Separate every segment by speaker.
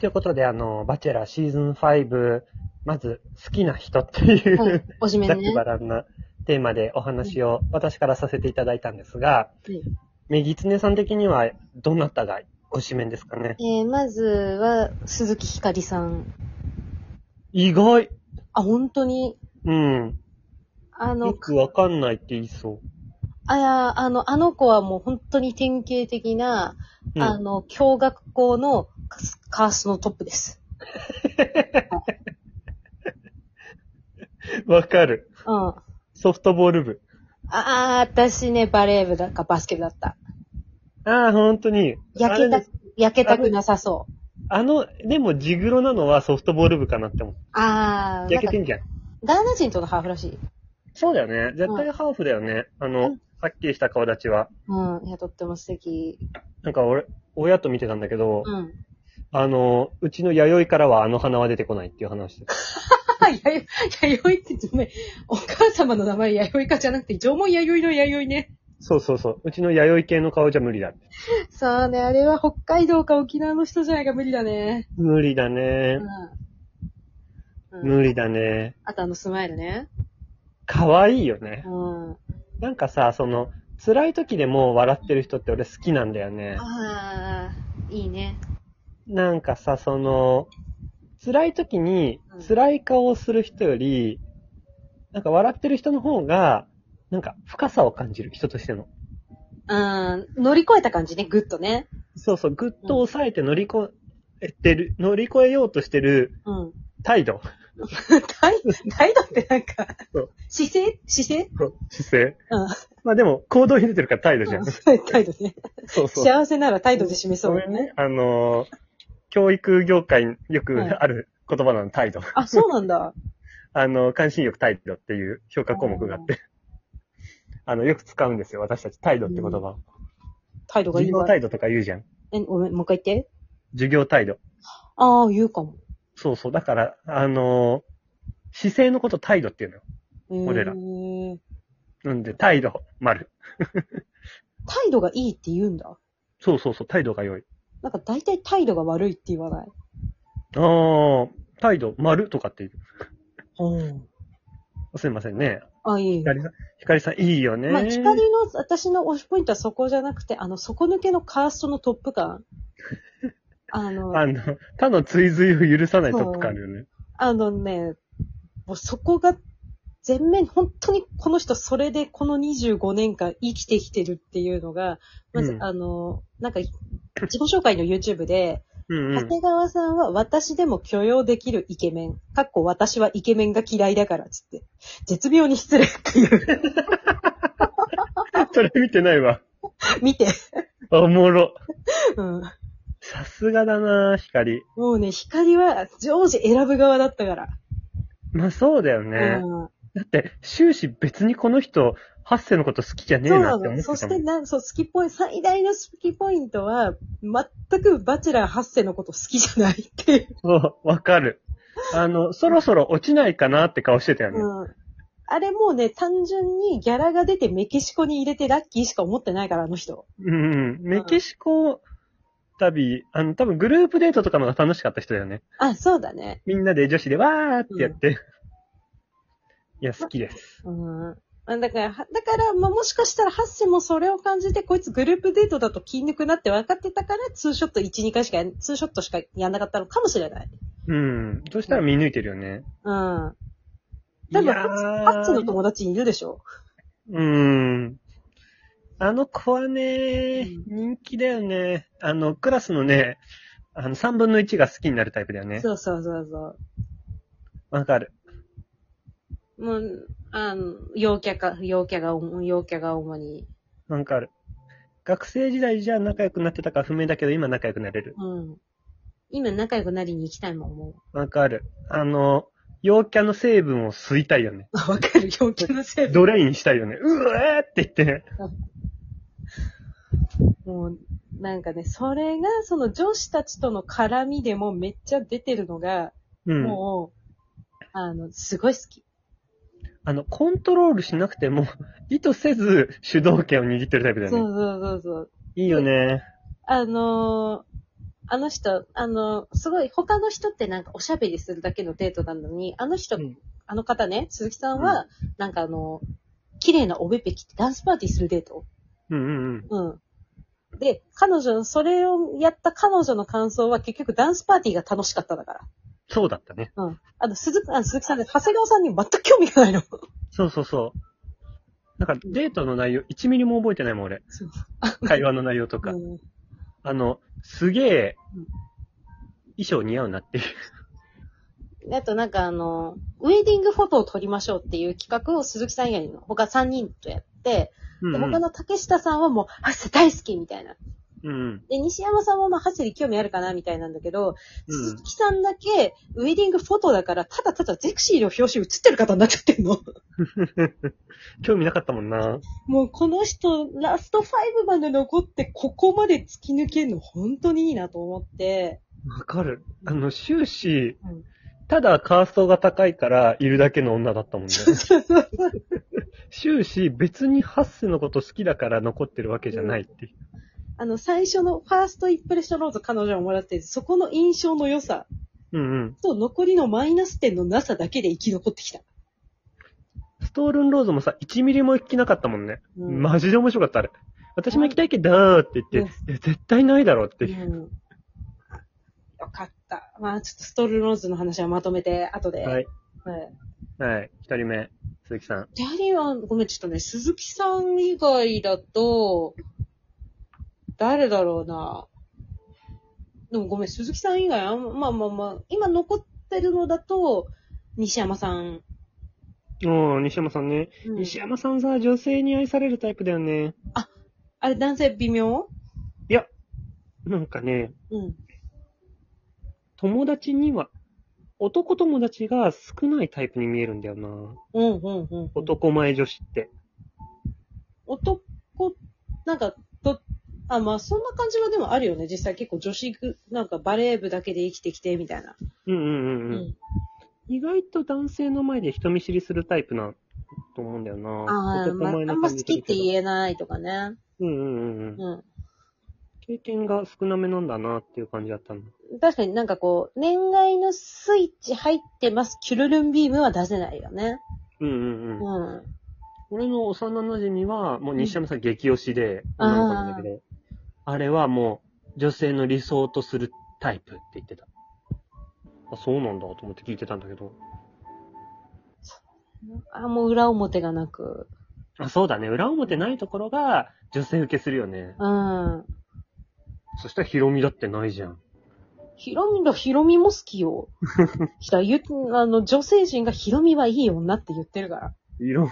Speaker 1: ということで、あの、バチェラーシーズン5、まず、好きな人っていう、
Speaker 2: はいおしめ
Speaker 1: ざ
Speaker 2: ね
Speaker 1: っ。くばらんなテーマでお話を私からさせていただいたんですが、
Speaker 2: はい
Speaker 1: メギツネさん的にはどなたが推しメンですかね
Speaker 2: えー、まずは、鈴木ひかりさん。
Speaker 1: 意外
Speaker 2: あ、本当に、
Speaker 1: うん。
Speaker 2: あ
Speaker 1: よ
Speaker 2: の、
Speaker 1: くわかんないって言いそ
Speaker 2: あや、あの、あの子はもう本当に典型的な、
Speaker 1: う。う
Speaker 2: あ
Speaker 1: ん、
Speaker 2: の、共学校のカスカーストのトップです。
Speaker 1: わかる。
Speaker 2: うん。あ
Speaker 1: ソフトボール部。
Speaker 2: あー、私ね、バレー部だかバスケ部だった。
Speaker 1: ああ、本当に。あ
Speaker 2: 焼け
Speaker 1: れ
Speaker 2: た
Speaker 1: です、
Speaker 2: 焼けたくなさそう。
Speaker 1: あの、でもジグロなのはソフトボール部かなって思う。
Speaker 2: ああ、なん
Speaker 1: 焼け
Speaker 2: か
Speaker 1: てんじゃん。
Speaker 2: ガーナ人とのハーフらしい。
Speaker 1: そうだよね。絶対ハーフだよね。あ
Speaker 2: う
Speaker 1: の、はっきりした顔立ちは。
Speaker 2: うん。いや、とっても素敵。
Speaker 1: なんか俺、親と見てたんだけど、
Speaker 2: うん。
Speaker 1: あの、うちの弥生からはあの花は出てこないっていう話。
Speaker 2: あ、 やよ、やよいってごめん。お母様の名前、やよいかじゃなくて、縄文やよいのやよいね。
Speaker 1: そうそうそう。うちの弥生系の顔じゃ無理だ。
Speaker 2: そうね、あれは北海道か沖縄の人じゃないか無理だね。
Speaker 1: 無理だね
Speaker 2: う。ん。うん、
Speaker 1: 無理だね。
Speaker 2: あとあの、スマイルね。
Speaker 1: 可愛いよね
Speaker 2: う。ん。
Speaker 1: なんかさ、その、辛い時でも笑ってる人って俺好きなんだよね。
Speaker 2: ああ、いいね。
Speaker 1: なんかさ、その、辛い時に
Speaker 2: うん
Speaker 1: 辛い顔をする人より、なんか笑ってる人の方が、なんか深さを感じる、人としての。
Speaker 2: うん、乗り越えた感じね、ぐっとね。
Speaker 1: そうそう、ぐっと抑えて乗り越えてる、乗り越えようとしてる
Speaker 2: うん。
Speaker 1: 態度、
Speaker 2: 態度、態度ってなんか
Speaker 1: そう、
Speaker 2: 姿勢姿勢
Speaker 1: 姿勢。
Speaker 2: うん。
Speaker 1: まあでも、行動に出てるから態度じゃん。
Speaker 2: 態度ね。
Speaker 1: そうそう。
Speaker 2: 幸せなら態度で示そう
Speaker 1: ご
Speaker 2: も
Speaker 1: めん
Speaker 2: ん
Speaker 1: ね
Speaker 2: ね。。
Speaker 1: あのー、教育業界によく
Speaker 2: はい
Speaker 1: ある言葉なの、態度。
Speaker 2: あ、そうなんだ。
Speaker 1: あの、関心力態度っていう評価項目があって。あの、よく使うんですよ、私たち、態度って言葉を。
Speaker 2: 態度がい
Speaker 1: 授
Speaker 2: い
Speaker 1: 業
Speaker 2: わ。
Speaker 1: 態度とか言うじゃん。
Speaker 2: え、ごめん、もう一回言って。
Speaker 1: 授業態度。
Speaker 2: ああ、言うかも。
Speaker 1: そうそう。だから、あのー、姿勢のこと態度っていうのよ。俺ら
Speaker 2: へー
Speaker 1: なんで、態度、丸。
Speaker 2: 態度がいいって言うんだ。
Speaker 1: そうそうそう、態度が良い。
Speaker 2: なんか大体態度が悪いって言わない。
Speaker 1: あー、態度、丸とかって言
Speaker 2: うん。
Speaker 1: う。すいませんね。
Speaker 2: あ、いい
Speaker 1: ひか。りさん、ひかりさん、いいよね。
Speaker 2: まあ、光の、私の推しポイントはそこじゃなくて、あの、底抜けのカーストのトッ プ感。あの、
Speaker 1: あの、他の追随を許さないトップ感あるよね。
Speaker 2: あのね、もうそこが全面、本当にこの人それでこの25年間生きてきてるっていうのが、まず、
Speaker 1: うん
Speaker 2: あの、なんか、自己紹介の YouTube で、
Speaker 1: うんう
Speaker 2: 長
Speaker 1: ん。
Speaker 2: 谷川さんは私でも許容できるイケメン。かっこ私はイケメンが嫌いだから、つって。絶妙に失礼っていう。
Speaker 1: それ見てないわ。
Speaker 2: 見て。
Speaker 1: おもろ。
Speaker 2: うん。
Speaker 1: さすがだなひかり。
Speaker 2: もうね、光は常時選ぶ側だったから。
Speaker 1: まあそうだよね。
Speaker 2: うん。
Speaker 1: だって、終始別にこの人、ハッセのこと好きじゃねえ
Speaker 2: そう
Speaker 1: な
Speaker 2: な
Speaker 1: って思っ
Speaker 2: の。
Speaker 1: てたも
Speaker 2: そ
Speaker 1: ん。
Speaker 2: してな、そう、好きポイント、最大の好きポイントは、全くバチェラー8世のこと好きじゃないっていう。
Speaker 1: そう、わかる。あの、そろそろ落ちないかなって顔してたよね。
Speaker 2: うん。あれもうね、単純にギャラが出てメキシコに入れてラッキーしか思ってないから、あの人。
Speaker 1: うん、うん。メキシコ旅、あの、多分グループデートとかのが楽しかった人だよね。
Speaker 2: あ、そうだね。
Speaker 1: みんなで女子でわーってやって。いや、好きです。
Speaker 2: うん。あだから、はだから、まあ、もしかしたら、ハッセもそれを感じて、こいつグループデートだと筋肉なって分かってたから、ツーショット1、2回しかやん、ツーショットしかやんなかったのかもしれない。
Speaker 1: うん。そしたら見抜いてるよね。
Speaker 2: うん。多
Speaker 1: い
Speaker 2: 分、
Speaker 1: や
Speaker 2: ハ
Speaker 1: ー
Speaker 2: ッセの友達いるでしょ。
Speaker 1: うーん。あの子はね、人気だよね。あの、クラスのね、あの、3分の1が好きになるタイプだよね。
Speaker 2: そうそうそうそう。
Speaker 1: わかる。
Speaker 2: もう、あの、陽キャか、陽キャが、陽キャが主に。
Speaker 1: わかる。学生時代じゃ仲良くなってたか不明だけど、今仲良くなれる。
Speaker 2: うん。今仲良くなりに行きたいもん、も
Speaker 1: わかる。あの、陽キャの成分を吸いたいよね。
Speaker 2: う。 わかる、陽キャのせい
Speaker 1: ドレインしたいよね。うわーって言って。
Speaker 2: もう、なんかね、それが、その女子たちとの絡みでもめっちゃ出てるのが、
Speaker 1: うん。
Speaker 2: もう、あの、すごい好き。
Speaker 1: あの、コントロールしなくても、 意図せず主導権を握ってるタイプだ
Speaker 2: そう
Speaker 1: よね。
Speaker 2: そうそうそう。
Speaker 1: いいよね。
Speaker 2: あのーあの人、あの、すごい、他の人ってなんかおしゃべりするだけのデートなのに、あの人、
Speaker 1: うん
Speaker 2: あの方ね、鈴木さんは、なんかあの、綺麗なおべべきってダンスパーティーするデート
Speaker 1: うんうんうん。
Speaker 2: うん。で、彼女、それをやった彼女の感想は結局ダンスパーティーが楽しかっただから。
Speaker 1: そうだったね。
Speaker 2: うん。あの、鈴木、あの鈴木さんね、長谷川さんに全く興味がないの。
Speaker 1: そうそうそう。なんかデートの内容、1ミリも覚えてないもん、俺。
Speaker 2: そう
Speaker 1: 会話の内容とか。
Speaker 2: うん
Speaker 1: あの、すげえ
Speaker 2: うん、
Speaker 1: 衣装似合うなっていう。
Speaker 2: であとなんかあの、ウェディングフォトを撮りましょうっていう企画を鈴木さん以外の他3人とやって、
Speaker 1: うんう
Speaker 2: で
Speaker 1: ん
Speaker 2: 他の竹下さんはもう、ハッセ大好きみたいな。
Speaker 1: うん
Speaker 2: で、西山さんはまあハッセに興味あるかなみたいなんだけど、
Speaker 1: うん
Speaker 2: 鈴 木さんだけウェディングフォトだから、ただただゼクシーの表紙写ってる方になっちゃっ てんの。
Speaker 1: 興味なかったもんな。
Speaker 2: もうこの人、ラスト5まで残って、ここまで突き抜けるの本当にいいなと思って、
Speaker 1: わかる。あの、終始
Speaker 2: うん、
Speaker 1: ただカーストが高いからいるだけの女だったもんね。終始、別にハッセのこと好きだから残ってるわけじゃないっていう。
Speaker 2: あの、最初のファーストインプレッションローズ彼女がもらって、そこの印象の良さ
Speaker 1: うんうん。
Speaker 2: と残りのマイナス点のなさだけで生き残ってきた。
Speaker 1: ストールンローズもさ、1ミリも行きなかったもんね。
Speaker 2: うん
Speaker 1: マジで面白かった、あれ。私も行きたいけどーって言って、
Speaker 2: うん
Speaker 1: いや、絶対ないだろうって
Speaker 2: う
Speaker 1: いう。
Speaker 2: ん、よかった。まあ、ちょっとストールローズの話はまとめて、後で。。
Speaker 1: はいい。はい。一人目、鈴木さん。
Speaker 2: ジャリは、ごめん、ちょっとね、鈴木さん以外だと、誰だろうな。でもごめん、鈴木さん以外、あんまあまあまあ、今残ってるのだと、西山さん。
Speaker 1: おー、西山さんね。
Speaker 2: うん
Speaker 1: 西山さんさ、女性に愛されるタイプだよね。
Speaker 2: あれ、男性微妙
Speaker 1: なんかね、
Speaker 2: うん。
Speaker 1: 友達には、男友達が少ないタイプに見えるんだよな。
Speaker 2: うん、うん、うん。
Speaker 1: 男前女子って。
Speaker 2: 男、なんか、ど、あ、まあ、そんな感じはでもあるよね。実際結構女子ぐ、なんかバレー部だけで生きてきて、みたいな。
Speaker 1: うんうんうん。う、
Speaker 2: うん
Speaker 1: 意外と男性の前で人見知りするタイプな、と思うんだよな。
Speaker 2: ああ、
Speaker 1: 男
Speaker 2: まあ、あ
Speaker 1: 前
Speaker 2: ん
Speaker 1: な
Speaker 2: ま
Speaker 1: 感
Speaker 2: 好
Speaker 1: じ
Speaker 2: きって
Speaker 1: え。
Speaker 2: 言えないとかね。
Speaker 1: うんうんうんうん。
Speaker 2: うん。
Speaker 1: 経験が少なめなんだなっていう感じだったの。
Speaker 2: 確かになんかこう、恋愛のスイッチ入ってます、キュルルンビームは出せないよね。
Speaker 1: うんうん
Speaker 2: う
Speaker 1: うん。
Speaker 2: ん。
Speaker 1: 俺の幼馴染は、もう西山さん激推しで、
Speaker 2: うん
Speaker 1: 女の子なんだけど、あれはもう女性の理想とするタイプって言ってた。あ、そうなんだと思って聞いてたんだけど。
Speaker 2: あ、もう裏表がなく。
Speaker 1: あ、そうだね。裏表ないところが女性受けするよね。
Speaker 2: うん。
Speaker 1: そしたらヒロミだってないじゃん。
Speaker 2: ヒロミのヒロミも好きよ。したゆ あの、女性陣がヒロミはいい女って言ってるか
Speaker 1: いろん、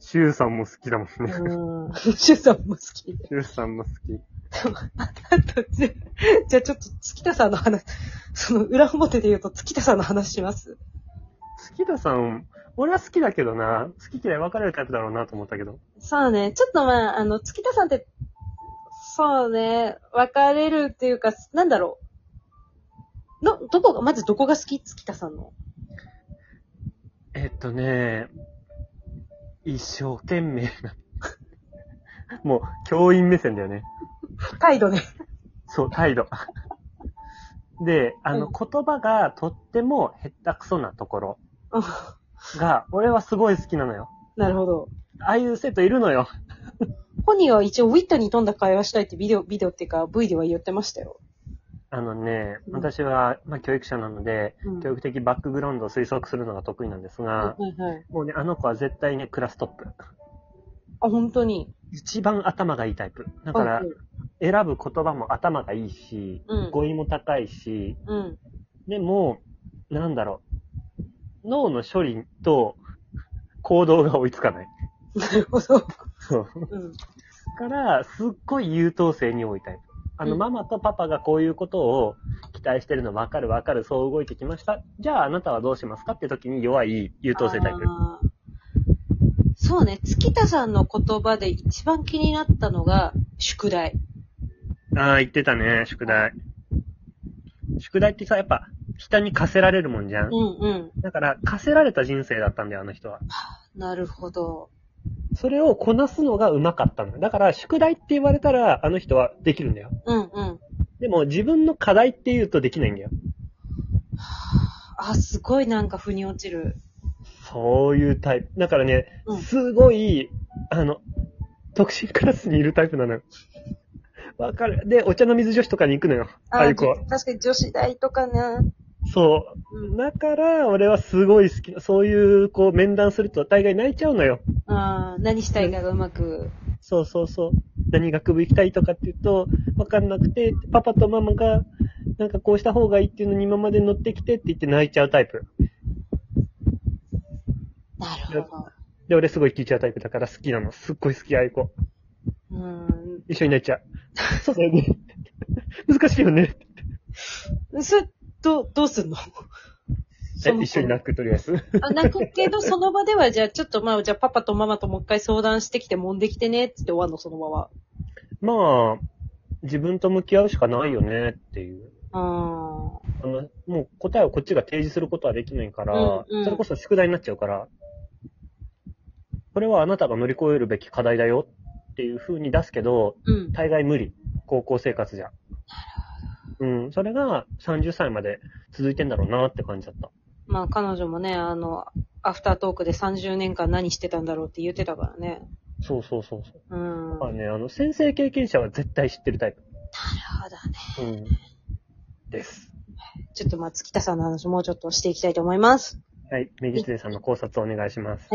Speaker 1: シュウさんも好きだもん
Speaker 2: ら。
Speaker 1: ね。
Speaker 2: うん。 シュウさんも好き。
Speaker 1: シュウさんも好き。
Speaker 2: あと、ぜじゃあちょっと月田さんの話、その裏表で言うと月田さんの話します。
Speaker 1: 好きださん、俺は好きだけどな。好き嫌い分かれるタイプだろうなと思ったけど。
Speaker 2: そうね。ちょっとまあ、あの、月田さんって、そうね、別れるっていうか、なんだろう。の、どこが、まずどこが好き月田さんの。
Speaker 1: えっとね、一生懸命な。 もう、教員目線だよね。
Speaker 2: 態度ね。
Speaker 1: そう、態 度。で、あの、
Speaker 2: う
Speaker 1: 言葉がとってもへったくそなところ
Speaker 2: うん
Speaker 1: が、俺はすごい好きなのよ。
Speaker 2: なるほど。
Speaker 1: ああいう生徒いるのよ。
Speaker 2: 本人は一応ウィットに富んだ会話したいってビデオ、ビデオっていうか V では言ってましたよ。
Speaker 1: あのね、
Speaker 2: うん
Speaker 1: 私は、まあ、教育者なので、
Speaker 2: うん。
Speaker 1: 教育的バックグラウンドを推測するのが得意なんですが、
Speaker 2: はいはい。
Speaker 1: もうね、あの子は絶対ね、クラストップ。
Speaker 2: あ、本当に。
Speaker 1: 一番頭がいいタイプ。だから
Speaker 2: うん、
Speaker 1: 選ぶ言葉も頭がいいし、
Speaker 2: うん
Speaker 1: 語彙も高いし、
Speaker 2: うん。
Speaker 1: でも、なんだろう。脳の処理と行動が追いつかない。
Speaker 2: なるほど。
Speaker 1: そう。
Speaker 2: うん。
Speaker 1: から、すっごい優等生に多いタイプ。あの、
Speaker 2: うん
Speaker 1: ママとパパがこういうことを期待してるの分かる分かる、そう動いてきました。じゃああなたはどうしますかって時に弱い優等生タイプ。
Speaker 2: あーそうね、月田さんの言葉で一番気になったのが、宿題。
Speaker 1: ああ、言ってたね、宿題。宿題ってさ、やっぱ、人に課せられるもんじゃん
Speaker 2: う。んうん。
Speaker 1: だから、課せられた人生だったんだよ、あの人は。
Speaker 2: なるほど。
Speaker 1: それをこなすのが上手かったんだよ。だから、宿題って言われたら、あの人はできるんだよ。
Speaker 2: うんうん。
Speaker 1: でも自分の課題って言うとできないんだよ。
Speaker 2: あ、すごいなんか腑に落ちる。
Speaker 1: そういうタイプ。だからね、
Speaker 2: うん
Speaker 1: すごい、あの、特進クラスにいるタイプなのよ。わかる。で、お茶の水女子とかに行くのよ。ああいう子は。
Speaker 2: 確かに女子大とかな。
Speaker 1: そうう。
Speaker 2: ん。
Speaker 1: だから、俺はすごい好き。そういう、こう、面談すると大概泣いちゃうのよ。
Speaker 2: あー何したいかがうまく。
Speaker 1: そうそうそう。何学部行きたいとかっていうと、わかんなくて、パパとママが、なんかこうした方がいいっていうのに今まで乗ってきてって言って泣いちゃうタイプ。
Speaker 2: なるほど。
Speaker 1: で、俺すごい聞いちゃうタイプだから好きなの。すっごい好き、ああいう子。
Speaker 2: うん。
Speaker 1: 一緒に泣いちゃう。そうだよね。 難しいよね。
Speaker 2: それ、どう、どうすんの
Speaker 1: え、
Speaker 2: その
Speaker 1: 一緒に泣くとりあえず。
Speaker 2: あ泣くけど、その場では、じゃあ、ちょっとまあ、じゃあ、パパとママともう一回相談してきて、揉んできてね、つって終わんの、そのまま。
Speaker 1: まあ、自分と向き合うしかないよねっていう。
Speaker 2: あー
Speaker 1: あの、もう答えをこっちが提示することはできないから、
Speaker 2: うんうん
Speaker 1: それこそ宿題になっちゃうから、これはあなたが乗り越えるべき課題だよっていう風に出すけど、
Speaker 2: うん。
Speaker 1: 大概無理。高校生活じゃ。うん、それが30歳まで続いてんだろうなって感じだった。
Speaker 2: まあ、彼女もね、あの、アフタートークで30年間何してたんだろうって言ってたからね。
Speaker 1: そうそうそうそう。
Speaker 2: うん。
Speaker 1: まあね、あの、先生経験者は絶対知ってるタイ
Speaker 2: なるほどね。
Speaker 1: プ。うん。です。
Speaker 2: ちょっとまあ、月田さんの話もうちょっとしていきたいと思います。
Speaker 1: はい。メギスデさんの考察をお願いします。